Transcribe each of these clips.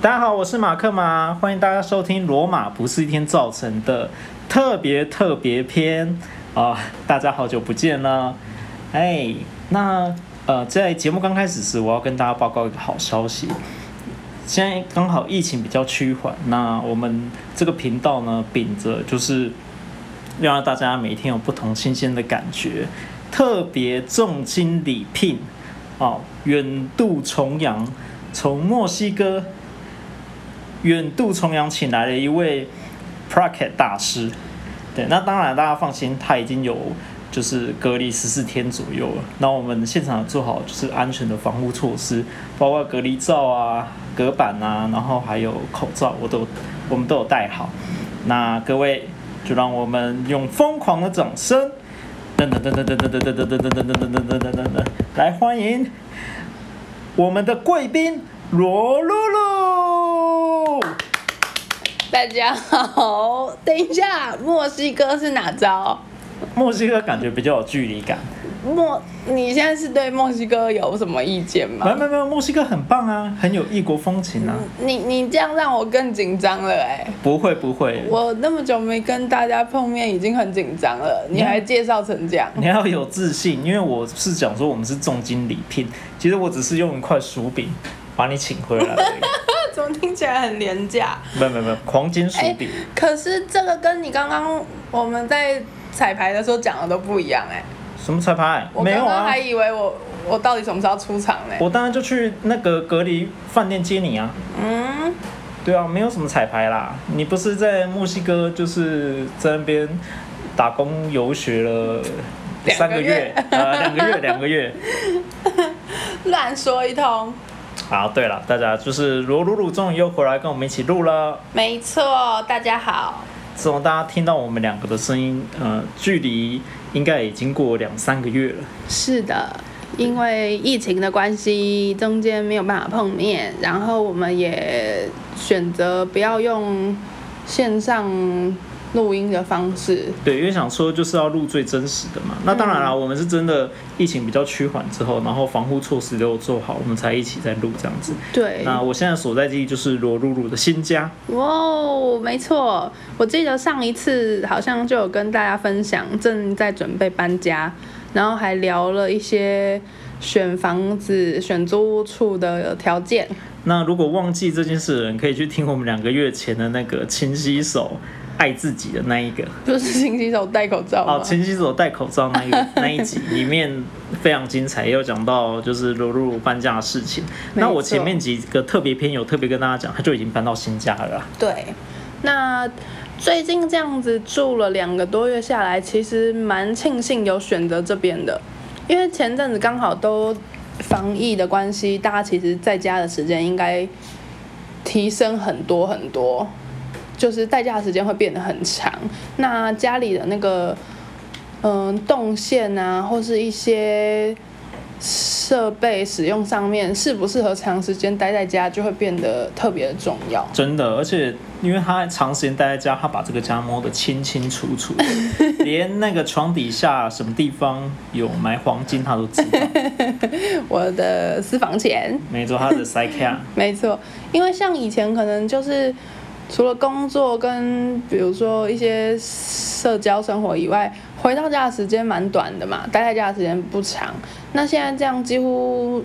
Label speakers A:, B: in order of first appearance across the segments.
A: 大家好，我是马克马，欢迎大家收听《罗马不是一天造成的》特别特别篇啊、大家好久不见了，哎，那呃，在节目刚开始时，我要跟大家报告一个好消息，现在刚好疫情比较趋缓，那我们这个频道呢，秉着就是要让大家每天有不同新鲜的感觉，特别重金礼聘哦，远渡重洋，从墨西哥远渡重洋请来了一位 p r a k e t 大师。对，那当然大家放心，他已经有就是隔离十四天左右了。那我们现场做好就是安全的防护措施，包括隔离罩啊、隔板啊，然后还有口罩，我都我们都有戴好。那各位就让我们用疯狂的掌声，噔噔噔噔噔噔噔噔噔噔噔噔噔噔噔噔噔，来欢迎我们的贵宾罗露露。
B: 大家好，等一下，墨西哥是哪招？
A: 墨西哥感觉比较有距离感，
B: 墨，你现在是对墨西哥有什么意见
A: 没有
B: 吗？
A: 没有没有，墨西哥很棒啊，很有异国风情啊。
B: 你你这样让我更紧张了哎、
A: 不会不会，
B: 我那么久没跟大家碰面，已经很紧张了，你还介绍成这样，
A: 你要有自信，因为我是讲说我们是重金礼聘，其实我只是用一块薯饼把你请回来而已。
B: 那 怎么听起来很廉价？
A: 没有没有没有，黄金薯
B: 哎
A: 饼。
B: 可是这个跟你刚刚我们在彩排的时候讲的都不一样哎、
A: 什么彩排？
B: 我
A: 没
B: 刚
A: 有
B: 刚
A: 啊
B: 还，以为我我到底什么时候出场呢、
A: 我当然就去那个隔离饭店接你啊。
B: 嗯，
A: 对啊，没有什么彩排啦。你不是在墨西哥就是在那边打工游学了
B: 两个
A: 三月
B: 月，
A: 呃，两个月，两个月。
B: 乱说一通。
A: 啊，对了，大家就是罗露露终于又回来跟我们一起录了。
B: 没错，大家好。
A: 自从大家听到我们两个的声音，呃，距离应该已经过两三个月了。
B: 是的，因为疫情的关系，中间没有办法碰面，然后我们也选择不要用线上录音的方式。
A: 对，因为想说就是要录最真实的嘛。那当然啦，我们是真的疫情比较趋缓之后，然后防护措施都有做好，我们才一起在录这样子。
B: 对，
A: 那我现在所在地就是罗露露的新家，
B: 哇哦，没错，我记得上一次好像就有跟大家分享，正在准备搬家，然后还聊了一些选房子、选租屋处的条件。
A: 那如果忘记这件事的人，可以去听我们两个月前的那个勤洗手、爱自己的那一个。
B: 不是勤洗手、戴口罩吗？
A: 哦，勤洗手戴口罩那一 个那一集里面非常精彩，也有讲到就是罗露搬家的事情。
B: 没
A: 那我
B: 错
A: 前面几个特别篇有特别跟大家讲，他就已经搬到新家了啊。
B: 对，那最近这样子住了两个多月下来，其实蛮庆幸有选择这边的，因为前阵子刚好都防疫的关系，大家其实在家的时间应该提升很多很多，就是在家的时间会变得很长。那家里的那个嗯、动线啊，或是一些。设备使用上面适不适合长时间待在家，就会变得特别的重要。
A: 真的，而且因为他长时间待在家，他把这个家摸得清清楚楚， 连那个床底下什么地方有埋黄金他都知道。
B: 我的私房钱，
A: 没错，他的 s y c a
B: 没错，因为像以前可能就是除了工作跟比如说一些社交生活以外，回到家的时间蛮短的嘛，待在家的时间不长。那现在这样几乎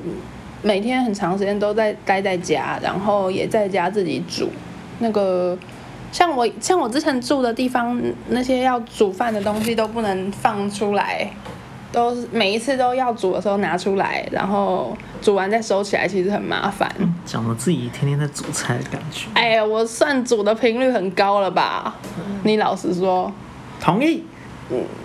B: 每天很长时间都在待在家，然后也在家自己煮那个。像我像我之前住的地方，那些要煮饭的东西都不能放出来，都是每一次都要煮的时候拿出来，然后煮完再收起来，其实很麻烦。
A: 讲了自己天天在煮菜的感觉。
B: 哎呀，我算煮的频率很高了吧？
A: 嗯
B: 你老实说，
A: 同意，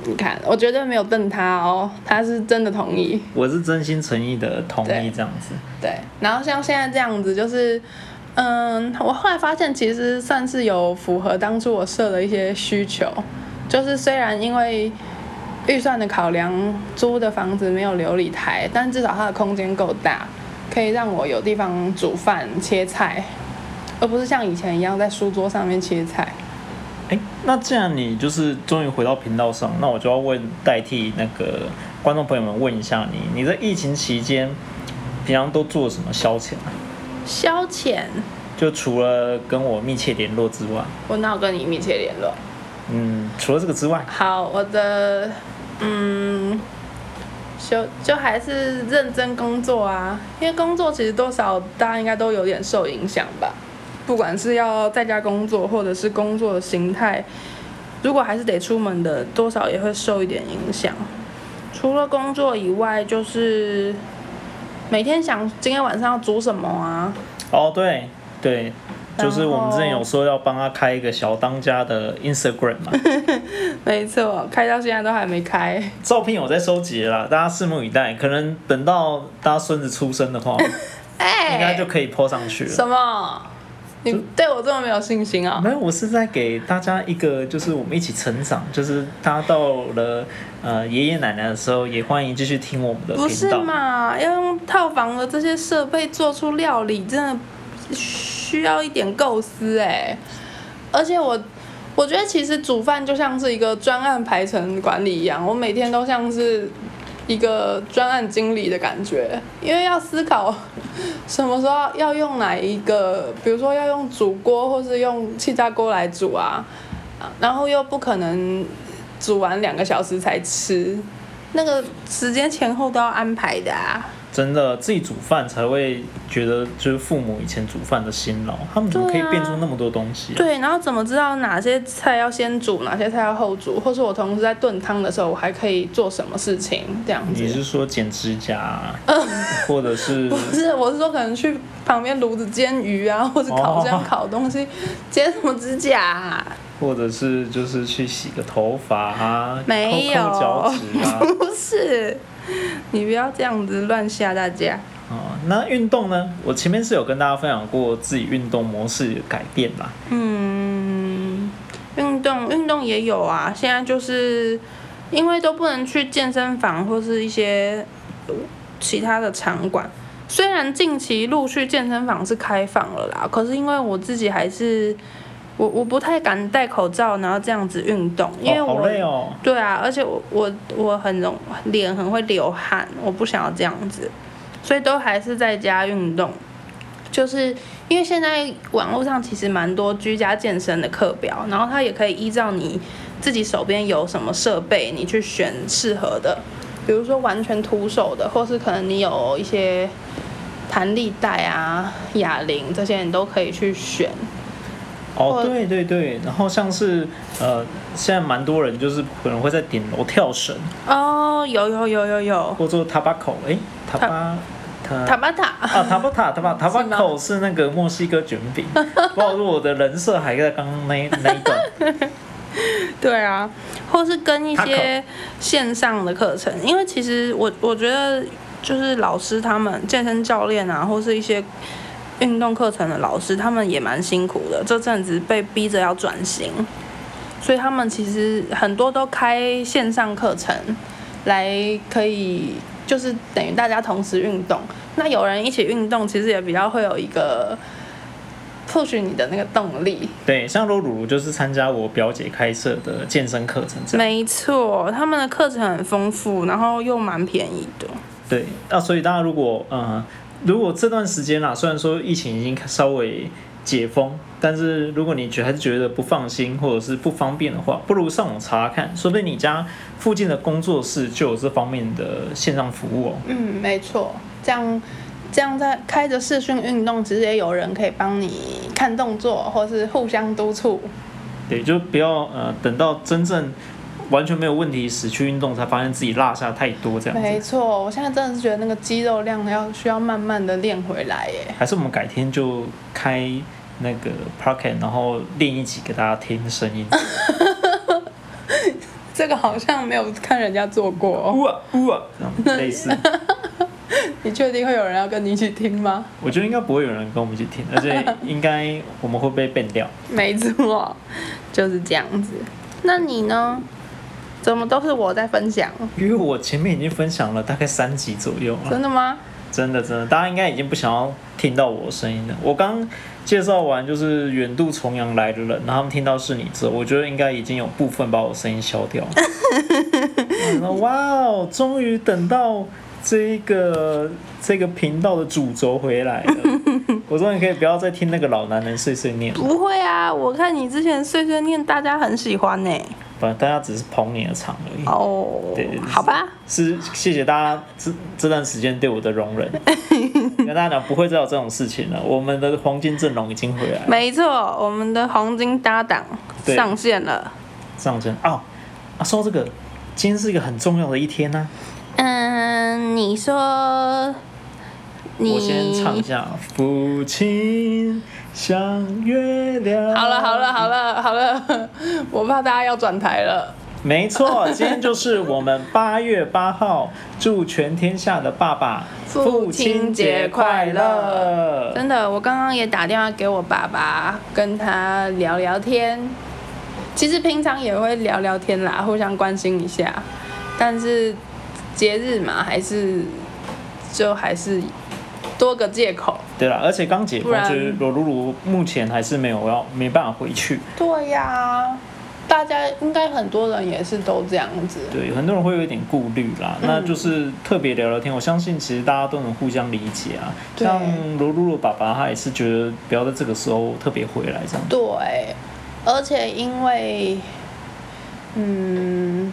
B: 你看，我绝对没有瞪他哦，他是真的同意。
A: 我是真心诚意的同意
B: 对
A: 这样子。
B: 对，然后像现在这样子，就是，嗯，我后来发现其实算是有符合当初我设的一些需求，就是虽然因为预算的考量，租的房子没有琉璃台，但至少它的空间够大，可以让我有地方煮饭、切菜，而不是像以前一样在书桌上面切菜。
A: 哎，那既然你就是终于回到频道上，那我就要问代替那个观众朋友们问一下你，你在疫情期间平常都做什么消遣啊？
B: 消遣，
A: 就除了跟我密切联络之外，
B: 我哪有跟你密切联络？
A: 嗯，除了这个之外，
B: 好，我的嗯，就就还是认真工作啊，因为工作其实多少大家应该都有点受影响吧，不管是要在家工作，或者是工作的形态，如果还是得出门的，多少也会受一点影响。除了工作以外，就是每天想今天晚上要煮什么啊，
A: 哦，对对，
B: 然后
A: 就是我们之前有说要帮他开一个小当家的 Instagram 嘛，
B: 没错，开到现在都还没开。
A: 照片我在收集了啦，大家拭目以待，可能等到大家孙子出生的话，
B: 哎、
A: 应该就可以 po 上去了。
B: 什么？你对我这么没有信心啊、
A: 没有，我是在给大家一个，就是我们一起成长，就是大家到了呃爷爷奶奶的时候，也欢迎继续听我们的
B: 不
A: 频
B: 是
A: 道。
B: 嘛？要用套房的这些设备做出料理，真的需要一点构思哎、而且我，我觉得其实煮饭就像是一个专案排程管理一样，我每天都像是一个专案经理的感觉，因为要思考什么时候要用哪一个，比如说要用煮锅或是用气炸锅来煮啊，啊然后又不可能煮完两个小时才吃，那个时间前后都要安排的啊。
A: 真的自己煮饭才会觉得，就是父母以前煮饭的辛劳，他们怎么可以
B: 对啊
A: 变出那么多东西、啊
B: 对，然后怎么知道哪些菜要先煮，哪些菜要后煮，或是我同时在炖汤的时候，我还可以做什么事情这样
A: 你
B: 子？
A: 是说剪指甲、啊，或者是
B: 不是，我是说可能去旁边炉子煎鱼啊，或者烤箱
A: 哦
B: 烤东西，剪什么指甲啊、
A: 或者是就是去洗个头发啊，
B: 没有。
A: 抠抠脚趾啊
B: 不是，你不要这样子乱吓大家。
A: 哦，那运动呢？我前面是有跟大家分享过自己运动模式的改变啦。
B: 嗯，运动运动也有啊，现在就是因为都不能去健身房或是一些呃其他的场馆。虽然近期陆续健身房是开放了啦，可是因为我自己还是我我不太敢戴口罩，然后这样子运动，因为
A: 哦、
B: 我、
A: 好累哦。
B: 对啊，而且我我我很容脸很会流汗，我不想要这样子，所以都还是在家运动。就是因为现在网络上其实蛮多居家健身的课表，然后它也可以依照你自己手边有什么设备，你去选适合的。比如说完全徒手的，或是可能你有一些弹力带啊、哑铃这些，你都可以去选。
A: 哦，
B: 我
A: 对对对，然后像是呃，现在蛮多人就是可能会在顶楼跳绳，
B: 哦，有有有有有，
A: 或做塔巴口，哎，塔巴塔
B: 塔巴塔。
A: 啊，塔巴塔 塔巴塔巴
B: 是吗
A: 口是那个墨西哥卷 饼，不知道是我的人设还在刚刚那那一段。
B: 对啊，或是跟一
A: Taco
B: 些线上的课程，因为其实我我觉得就是老师他们健身教练啊，或是一些运动课程的老师，他们也蛮辛苦的，这阵子被逼着要转型，所以他们其实很多都开线上课程来可以。就是等于大家同时运动，那有人一起运动，其实也比较会有一个 push 你的那个动力。
A: 对，像罗鲁鲁就是参加我表姐开设的健身课程，这样
B: 没错，他们的课程很丰富，然后又蛮便宜的。
A: 对。那、所以大家如果呃，如果这段时间啦，虽然说疫情已经稍微解封，但是如果你觉还是觉得不放心或者是不方便的话，不如上网查查看，说不定你家附近的工作室就有这方面的线上服务哦。
B: 嗯，没错，这样这样在开着视讯运动，直接有人可以帮你看动作，或是互相督促。
A: 对，就不要呃等到真正完全没有问题时去运动，才发现自己落下太多这样
B: 没
A: 子。
B: 错，我现在真的是觉得那个肌肉量要需要慢慢的练回来耶。
A: 还是我们改天就开那个 Pocket，然后练一集给大家听声音。
B: 这个好像没有看人家做过哦、
A: 呜啊呜啊，这样类似。
B: 你确定会有人要跟你一起听吗？
A: 我觉得应该不会有人跟我们一起听，而且应该我们会被变掉。
B: 没错，就是这样子。那你呢？怎么都是我在分享？
A: 因为我前面已经分享了大概三集左右了，
B: 真的吗？
A: 真的真的，大家应该已经不想要听到我的声音了。我刚介绍完就是远渡重洋来的人，然后他们听到是你之后，我觉得应该已经有部分把我声音消 掉了。我说哇哦，终于等到这一个这个频道的主轴回来了。我终于可以不要再听那个老男人碎碎念了，
B: 不会啊，我看你之前碎碎念，大家很喜欢呢、
A: 不，大家只是捧你的场而已。
B: 哦
A: 对对，对
B: 好吧，
A: 是谢谢大家这这段时间对我的容 忍。跟大家讲，不会再有这种事情了。我们的黄金阵容已经回来了，
B: 没错，我们的黄金搭档
A: 对
B: 上线了。
A: 上阵哦。啊，说到这个，今天是一个很重要的一天啊呢、
B: 嗯，你说你
A: 我先唱一下《父亲像月亮》。
B: 好了，好了，好了，好了，我怕大家要转台了。
A: 没错，今天就是我们八月八号，祝全天下的爸爸
B: 父亲节快
A: 乐！
B: 真的，我刚刚也打电话给我爸爸，跟他聊聊天。其实平常也会聊聊天啦，互相关心一下。但是节日嘛，还是就还是多个借口。
A: 对了，而且刚解
B: 不
A: 封，
B: 然
A: 就是罗露露目前还是没有要没办法回去。
B: 对呀、大家应该很多人也是都这样子。
A: 对，很多人会有一点顾虑啦，
B: 嗯
A: 那就是特别聊聊天。我相信其实大家都能互相理解啊。
B: 对
A: 像罗露露爸爸，他也是觉得不要在这个时候特别回来这样。
B: 对，而且因为，嗯，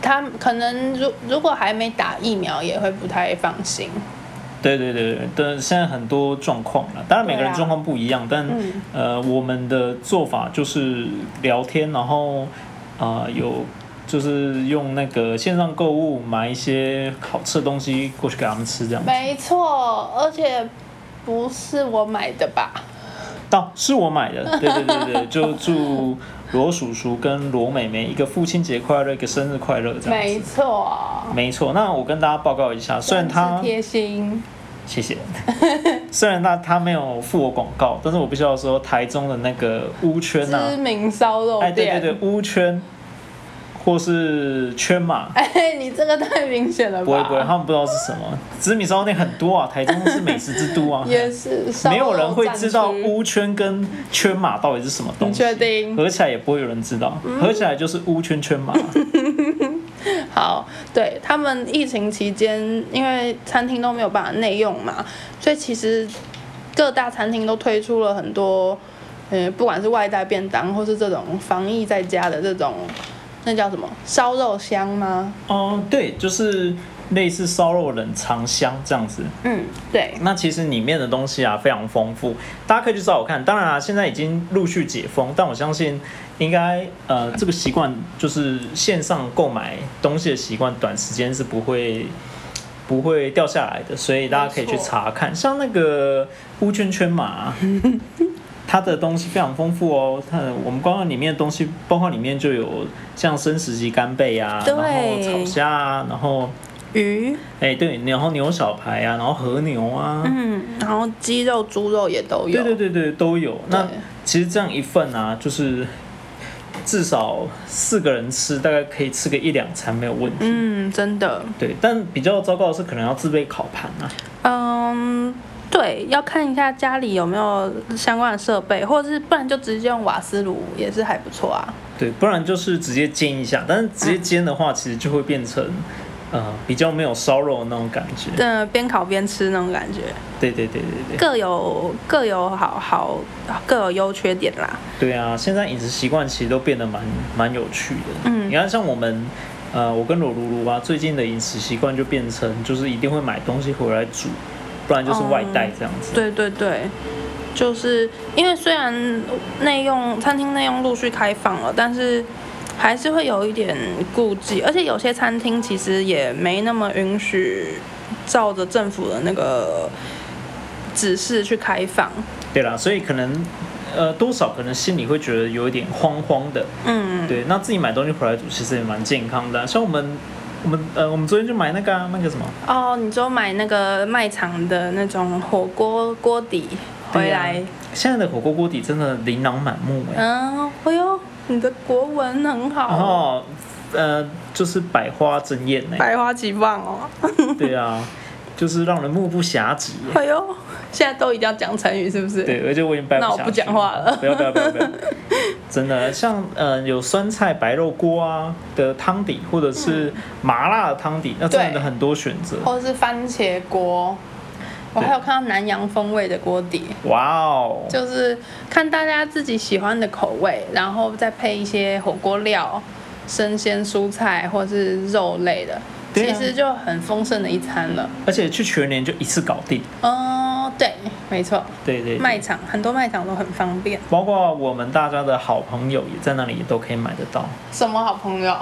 B: 他可能如如果还没打疫苗，也会不太放心。
A: 对对对对，但现在很多状况啦，当然每个
B: 对
A: 人
B: 啊
A: 状况不一样，但、
B: 嗯
A: 呃，我们的做法就是聊天，然后呃有。就是用那个线上购物买一些好吃的东西过去给他们吃，这样。
B: 没错，而且不是我买的吧？
A: 到是我买的，对对对对，就祝罗叔叔跟罗妹妹一个父亲节快乐，一个生日快乐这样
B: 没
A: 子。
B: 错，
A: 没错，那我跟大家报告一下，虽然
B: 真
A: 他
B: 是贴心，
A: 谢谢， 虽然他他没有付我广告，但是我必须要说，台中的那个乌圈呐、
B: 知名烧肉
A: 啊哎对
B: 店。
A: 对对，乌圈或是圈嘛，
B: 哎，你这个太明显了吧？，
A: 不会不会，他们不知道是什么，紫米烧那很多啊，台中是美食之都啊
B: 也是烧肉
A: 没有人会知道
B: 战区
A: 乌圈跟圈码到底是什么东西，
B: 你确定嗯
A: 合起来也不会有人知道，合起来就是乌圈圈码。
B: 好，对他们疫情期间，因为餐厅都没有办法内用嘛，所以其实各大餐厅都推出了很多，呃，不管是外带便当，或是这种防疫在家的这种，那叫什么烧肉香吗？
A: 哦，对，就是类似烧肉冷藏箱这样子。
B: 嗯，对，
A: 那其实里面的东西啊非常丰富，大家可以去找我看。当然啊，现在已经陆续解封，但我相信应该呃这个习惯就是线上购买东西的习惯，短时间是不会不会掉下来的，所以大家可以去查看。像那个乌圈圈嘛、它的东西非常丰富哦，它的我们光看里面的东西，包括里面就有像生食级干贝啊，
B: 对
A: 然后炒虾啊，然后
B: 鱼，
A: 哎、对，然后牛小排啊，然后和牛啊，
B: 嗯，然后鸡肉、猪肉也都有，
A: 对对对对，都有。那
B: 对
A: 其实这样一份啊，就是至少四个人吃，大概可以吃个一两餐没有问题。
B: 嗯，真的，
A: 对，但比较糟糕的是，可能要自备烤盘啊。
B: 嗯。对，要看一下家里有没有相关的设备，或者是不然就直接用瓦斯炉也是还不错啊。
A: 对，不然就是直接煎一下。但是直接煎的话，其实就会变成呃比较没有烧肉的那种感觉。
B: 真的嗯边烤边吃那种感觉，
A: 对对对对对，
B: 各有各有好好各有优缺点啦。
A: 对啊，现在饮食习惯其实都变得蛮蛮有趣的。
B: 嗯
A: 你看像我们。呃，我跟罗露露啊，最近的饮食习惯就变成就是一定会买东西回来煮，不然就是外带这样子。
B: 哦对啊嗯对对，就是因为虽然内用餐厅内用陆续开放了，但是还是会有一点顾忌，而且有些餐厅其实也没那么允许照着政府的那个指示去开放。
A: 对啦，所以可能呃多少可能心里会觉得有一点慌慌的。
B: 嗯，
A: 对，那自己买东西回来煮其实也蛮健康的啊、像我们我们呃我们昨天就买那个、啊、那个什么，
B: 哦，你就买那个卖场的那种火锅锅底回
A: 对啊
B: 来。
A: 现在的火锅锅底真的琳琅满目哎、
B: 嗯，哎呦，你的国文很好
A: 然
B: 哦，
A: 后呃就是百花争艳哎、
B: 百花齐放哦。
A: 对啊，就是让人目不暇接、
B: 哎呦，现在都一定要讲成语是不是？
A: 对， 而且我已经掰
B: 那
A: 不
B: 我
A: 下
B: 不
A: 去
B: 讲话了
A: 不要不要不要不 要！真的，像呃有酸菜白肉锅啊的汤底，或者
B: 嗯
A: 是麻辣的汤底，那真的
B: 对
A: 很多选择。
B: 或是番茄锅，我还有看到南洋风味的锅底，
A: 哇哦，
B: 就是看大家自己喜欢的口味，然后再配一些火锅料、生鲜蔬菜或是肉类的，
A: 对
B: 其
A: 啊
B: 实就很丰盛的一餐了。
A: 而且去全年就一次搞定，
B: 哦，对，没错，
A: 对对对，
B: 卖场很多卖场都很方便。
A: 包括我们大家的好朋友也在那里都可以买得到。
B: 什么好朋友？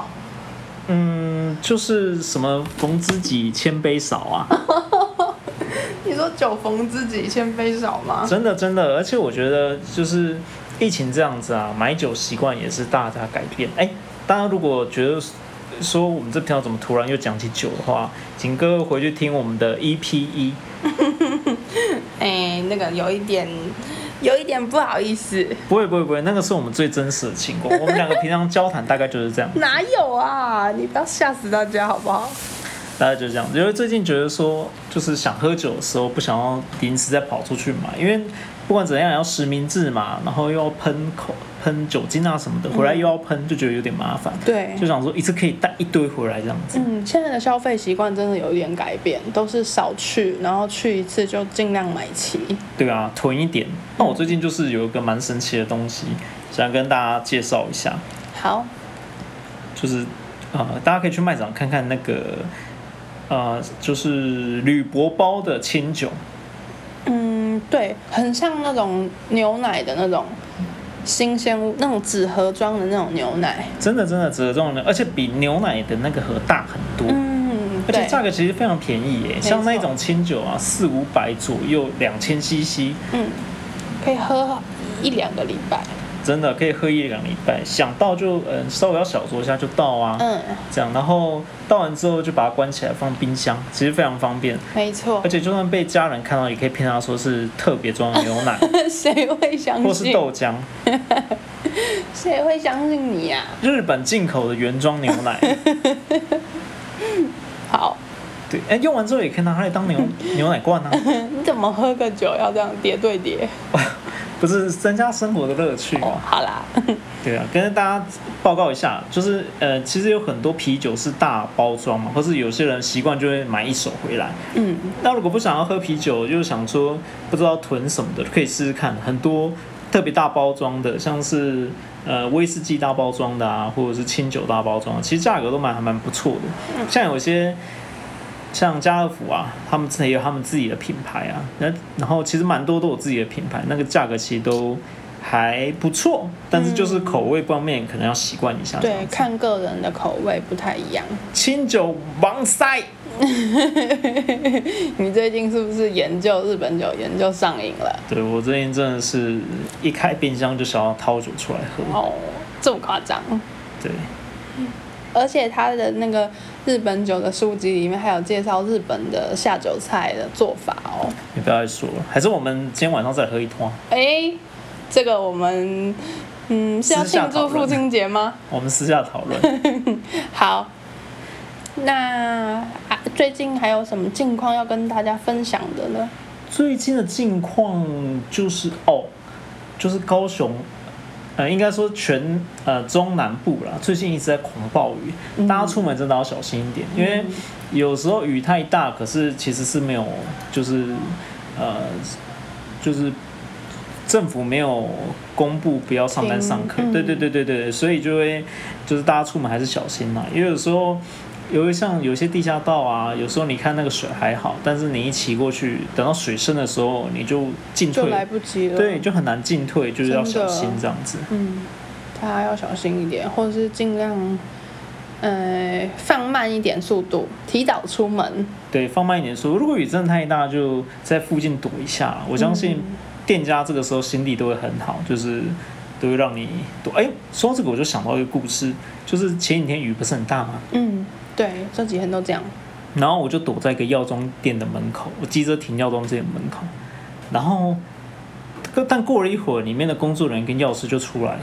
A: 嗯，就是什么逢知己千杯少啊，
B: 你说酒逢知己千杯少 吗？
A: 真的真的，而且我觉得就是疫情这样子啊，买酒习惯也是大家改变。哎，大家如果觉得说我们这频道怎么突然又讲起酒的话，请各位回去听我们的 E EP 一。
B: 哎，那个有一点，有一点不好意思，
A: 不会不会不会，那个是我们最真实的情况。我们两个平常交谈大概就是这样，
B: 哪有啊？你不要吓死大家好不好？
A: 大概就是这样。因为最近觉得说，就是想喝酒的时候，不想要临时再跑出去买，因为不管怎样也要实名制嘛，然后又要喷口喷酒精啊什么的，回来又要喷，就觉得有点麻烦。
B: 对
A: 就想说一次可以带一堆回来这样子。
B: 嗯，现在的消费习惯真的有一点改变，都是少去，然后去一次就尽量买齐。
A: 对啊，囤一点。那我最近就是有一个蛮神奇的东西，想跟大家介绍一下，
B: 好，
A: 就是呃，大家可以去卖场看看那个。呃，就是铝箔包的清酒，
B: 嗯，对，很像那种牛奶的那种新鲜屋那种纸盒装的那种牛奶。
A: 真的真的只有这种的，而且比牛奶的那个盒大很多，
B: 嗯，
A: 而且
B: 对，
A: 价格其实非常便宜耶，
B: 错
A: 像那种清酒啊，四五百左右，两千 CC，
B: 嗯，可以喝一两个礼拜。
A: 真的可以喝一两礼拜，想倒就嗯稍微要小酌一下就倒啊，
B: 嗯，
A: 这样，然后倒完之后就把它关起来放冰箱，其实非常方便，
B: 没错
A: 而。且就算被家人看到，也可以骗他说是特别装的牛奶
B: 谁会相
A: 或是
B: 信？
A: 豆浆，
B: 谁会相信你啊呀、
A: 日本进口的原装牛奶，
B: 好，
A: 对，哎、用完之后也可以拿它来当牛牛奶罐啊，
B: 你怎么喝个酒要这样叠对叠？
A: 不是增加生活的乐趣
B: 哦
A: 吗？，
B: 好啦，
A: 对啊，跟大家报告一下，就是呃，其实有很多啤酒是大包装嘛，或是有些人习惯就会买一手回来。
B: 嗯，
A: 那如果不想要喝啤酒，就是想说不知道囤什么的，可以试试看，很多特别大包装的，像是呃威士忌大包装的啊，或者是清酒大包装的，啊其实价格都蛮还蛮不错的。像有
B: 嗯
A: 些像家乐福啊，他们自己也有他们自己的品牌啊，那然后其实蛮多都有自己的品牌，那个价格其实都。还不错，但是就是口味方面可能要习惯一下。
B: 对，看个人的口味不太一样。
A: 清酒王塞，
B: 你最近是不是研究日本酒研究上瘾了？
A: 对我最近真的是一开冰箱就想要掏酒出来喝。
B: 哦，这么夸张？
A: 对，
B: 而且它的那个日本酒的书籍里面还有介绍日本的下酒菜的做法哦。
A: 你不要再说了，还是我们今天晚上再喝一通啊。
B: 哎，这个我们嗯是要
A: 私下
B: 庆
A: 讨
B: 祝
A: 论
B: 父亲节吗？
A: 我们私下讨论。
B: 好，那、啊、最近还有什么近况要跟大家分享的呢？
A: 最近的近况就是哦，就是高雄，呃，应该说全呃中南部啦，最近一直在狂暴雨，大家出门真的要小心一点，因为有时候雨太大，可是其实是没有，就是呃，就是政府没有公布不要上班
B: 停
A: 上课，
B: 嗯
A: 对对对对对，所以就会就是大家出门还是小心啦，因为有时候。由于像有些地下道啊，有时候你看那个水还好，但是你一骑过去，等到水深的时候，你就进
B: 就
A: 退，
B: 来不及了。
A: 对，，就很难进退，就是要
B: 真
A: 小
B: 的
A: 心这样子。
B: 嗯，大家要小心一点，或者是尽量。呃，放慢一点速度，提早出门。
A: 对，放慢一点说，如果雨真的太大，就在附近躲一下。我相信
B: 嗯
A: 店家这个时候心地都会很好，就是都会让你躲。哎，说到这个，我就想到一个故事，就是前几天雨不是很大嘛，
B: 嗯，对，这几天都这样。
A: 然后我就躲在一个药妆店的门口，我机车停药妆店的门口，然后，可但过了一会儿，里面的工作人员跟药师就出来，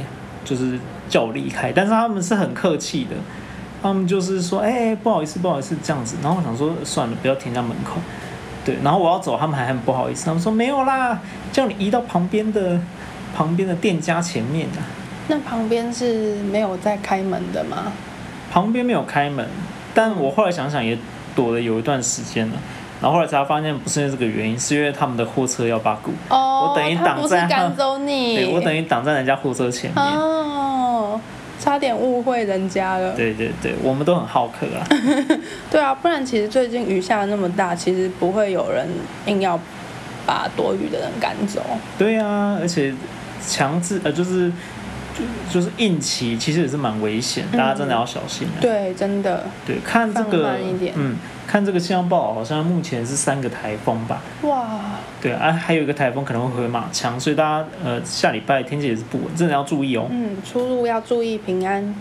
A: 就是叫我离开，但是他们是很客气的，他们就是说，哎、不好意思，不好意思这样子，然后我想说算了，不要停在门口，对，然后我要走，他们还很不好意思，他们说没有啦，叫你移到旁边的旁边的店家前面啊，
B: 那旁边是没有在开门的吗？
A: 旁边没有开门，但我后来想想也躲了有一段时间了。然后后来才发现不是因为这个原因，是因为他们的货车要罢工，
B: 哦，
A: 我等于
B: 他
A: 挡
B: 不是
A: 在他
B: 赶走
A: 对
B: 你，
A: 我等于挡在人家货车前面。
B: 哦，差点误会人家了。
A: 对对对，我们都很好客 啊。
B: 对啊，不然其实最近雨下得那么大，其实不会有人硬要把多余的人赶走。
A: 对啊，而且强制呃就是就就是硬骑，其实也是蛮危险，大家真的要小心、啊。
B: 嗯对，真的，
A: 对，看这
B: 放
A: 个
B: 慢一点
A: 嗯，看这个气象报，好像目前是三个台风吧。
B: 哇，
A: 对啊，还有一个台风可能会回马枪，所以大家呃下礼拜天气也是不稳，真的要注意哦，
B: 嗯，出入要注意平安。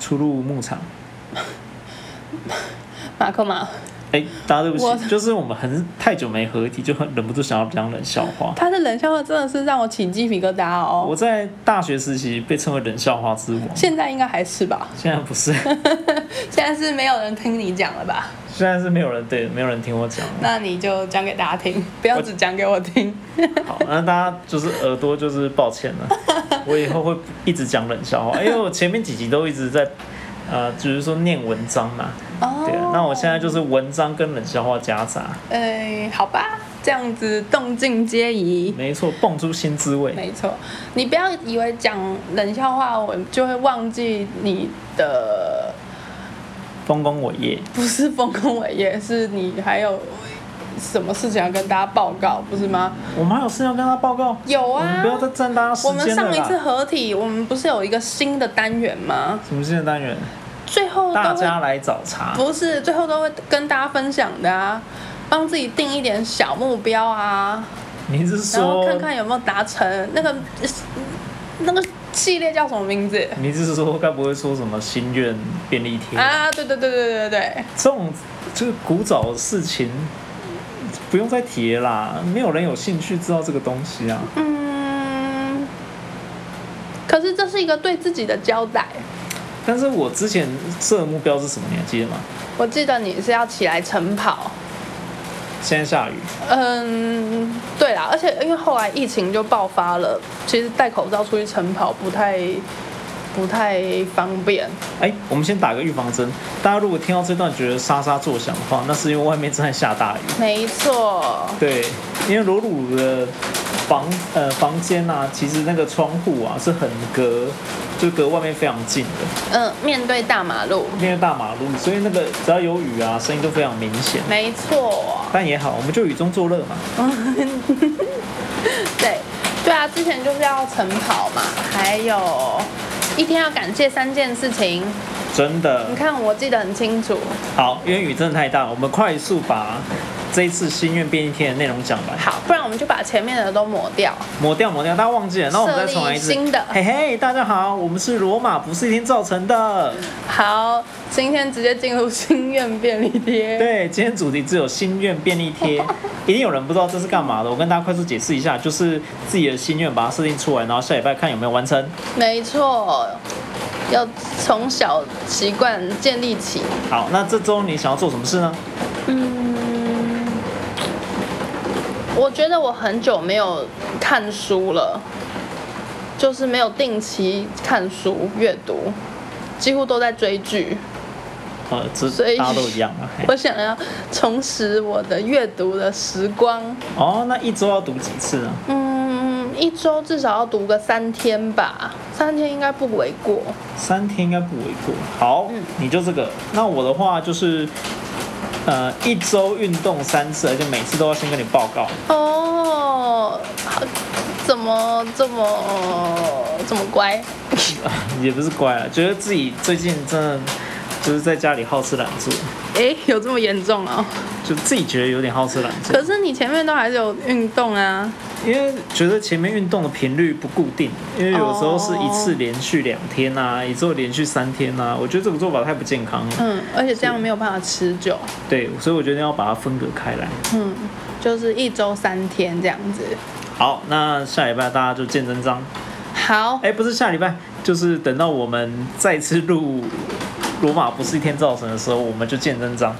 A: 出入牧场。
B: 马克马，
A: 哎，大家对不
B: 我
A: 起，就是我们很太久没合体，就很忍不住想要讲冷笑话。
B: 他的冷笑话真的是让我起鸡皮疙瘩哦。
A: 我在大学时期被称为冷笑话之王，
B: 现在应该还是吧，
A: 现在不 是，
B: 现在是没有人听你讲了吧？
A: 现在是没有人对，没有人听我讲了。
B: 那你就讲给大家听，不要只讲给我听。
A: 好，那大家就是耳朵就是抱歉 了，我以后会一直讲冷笑话，因为我前面几集都一直在，呃，就是说念文章嘛，对啊
B: 哦，
A: 那我现在就是文章跟冷笑话夹杂，
B: 哎，好吧，这样子动静皆宜。
A: 没错，蹦出新滋味。
B: 没错，你不要以为讲冷笑话我就会忘记你的，
A: 丰功伟业，
B: 不是丰功伟业，是你还有什么事情要跟大家报告，不是吗？
A: 我们还有事要跟他报告。
B: 有
A: 我们
B: 啊
A: 不，要再占大家时
B: 我们
A: 间了
B: 上一次
A: 啦。
B: 合体，我们不是有一个新的单元吗？
A: 什么新的单元？
B: 最 后
A: 大
B: 都
A: 家
B: 会
A: 来找茬。
B: 不是最后都会跟大家分享的啊，帮自己定一点小目标啊，
A: 你是
B: 然后
A: 说？
B: 看看有没有达成那个那个系列叫什么名字？
A: 你是说该不会说什么心愿便利贴？
B: 啊，对对对对对对，
A: 这种就是古早的事情，不用再提了啦，没有人有兴趣知道这个东西啊。
B: 嗯，可是这是一个对自己的交代。
A: 但是我之前设的目标是什么？你还记得吗？
B: 我记得你是要起来晨跑，
A: 现在下雨，
B: 嗯，对啦，而且因为后来疫情就爆发了，其实戴口罩出去晨跑不太不太方便。
A: 哎，我们先打个预防针。大家如果听到这段觉得沙沙作响的话，那是因为外面正在下大雨。
B: 没错，
A: 对，因为罗鲁的房呃房间啊，其实那个窗户啊是很隔，就隔外面非常近的，
B: 嗯，面对大马路，
A: 面对大马路，所以那个只要有雨啊，声音都非常明显。
B: 没错。
A: 但也好，我们就雨中作乐嘛。
B: 对，对啊，之前就是要晨跑嘛，还有一天要感谢三件事情。
A: 真的
B: 你，看，我记得很清楚。
A: 好，因为雨真的太大了，我们快速把这一次心愿便利贴的内容讲完，
B: 好，不然我们就把前面的都抹掉。
A: 抹掉抹掉，大家忘记了，那我们再重来一次
B: 设立新的
A: 嘿嘿，大家好，我们是罗马，不是一天造成的。
B: 嗯好，今天直接进入心愿便利贴。
A: 对，今天主题只有心愿便利 贴，一定有人不知道这是干嘛的。我跟大家快速解释一下，就是自己的心愿把它设定出来，然后下礼拜看有没有完成。
B: 没错，要从小习惯建立起。
A: 好，那这周你想要做什么事呢？
B: 嗯，我觉得我很久没有看书了，就是没有定期看书阅读，几乎都在追剧。
A: 呃，这
B: 所以
A: 大家都一样啊。嘿
B: 我想要重拾我的阅读的时光。
A: 哦，那一周要读几次啊呢？
B: 嗯，一周至少要读个三天吧，三天应该不为过。
A: 三天应该不为过。好，你就这个。那我的话就是，呃，一周运动三次，而且每次都要先跟你报告。
B: 哦，好怎么这么这么乖？
A: 也不是乖啊，觉得自己最近真的就是在家里好吃懒做，
B: 诶，有这么严重哦？
A: 就自己觉得有点好吃懒做，
B: 可是你前面都还是有运动啊。
A: 因为觉得前面运动的频率不固定，因为有时候是一次连续两天啊，有时候连续三天啊，我觉得这种做法太不健康了。
B: 嗯，而且这样没有办法持久。
A: 对，所以我觉得要把它分隔开来。
B: 嗯，就是一周三天这样子。
A: 好，那下礼拜大家就见真章。
B: 好，
A: 哎，不是下礼拜，就是等到我们再次录《罗马不是一天造成》的时候，我们就见真章。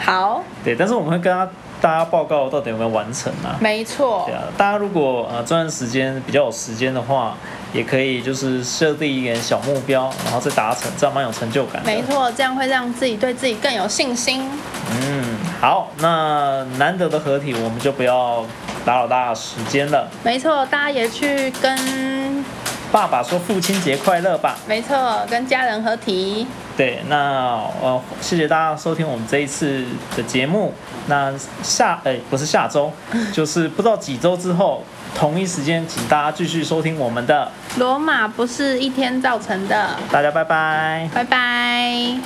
B: 好，
A: 对，但是我们会跟他大家报告到底有没有完成啊。
B: 没错
A: 对。啊，大家如果呃这段时间比较有时间的话，也可以就是设定一点小目标，然后再达成，这样蛮有成就感的。
B: 没错，这样会让自己对自己更有信心。
A: 嗯，好，那难得的合体，我们就不要打扰大家时间了。
B: 没错，大家也去跟，
A: 爸爸说父亲节快乐吧。
B: 没错，跟家人合体。
A: 对，那呃，谢谢大家收听我们这一次的节目。那下哎、不是下周，就是不知道几周之后，同一时间，请大家继续收听我们的。
B: 罗马不是一天造成的，
A: 大家拜拜。
B: 拜拜。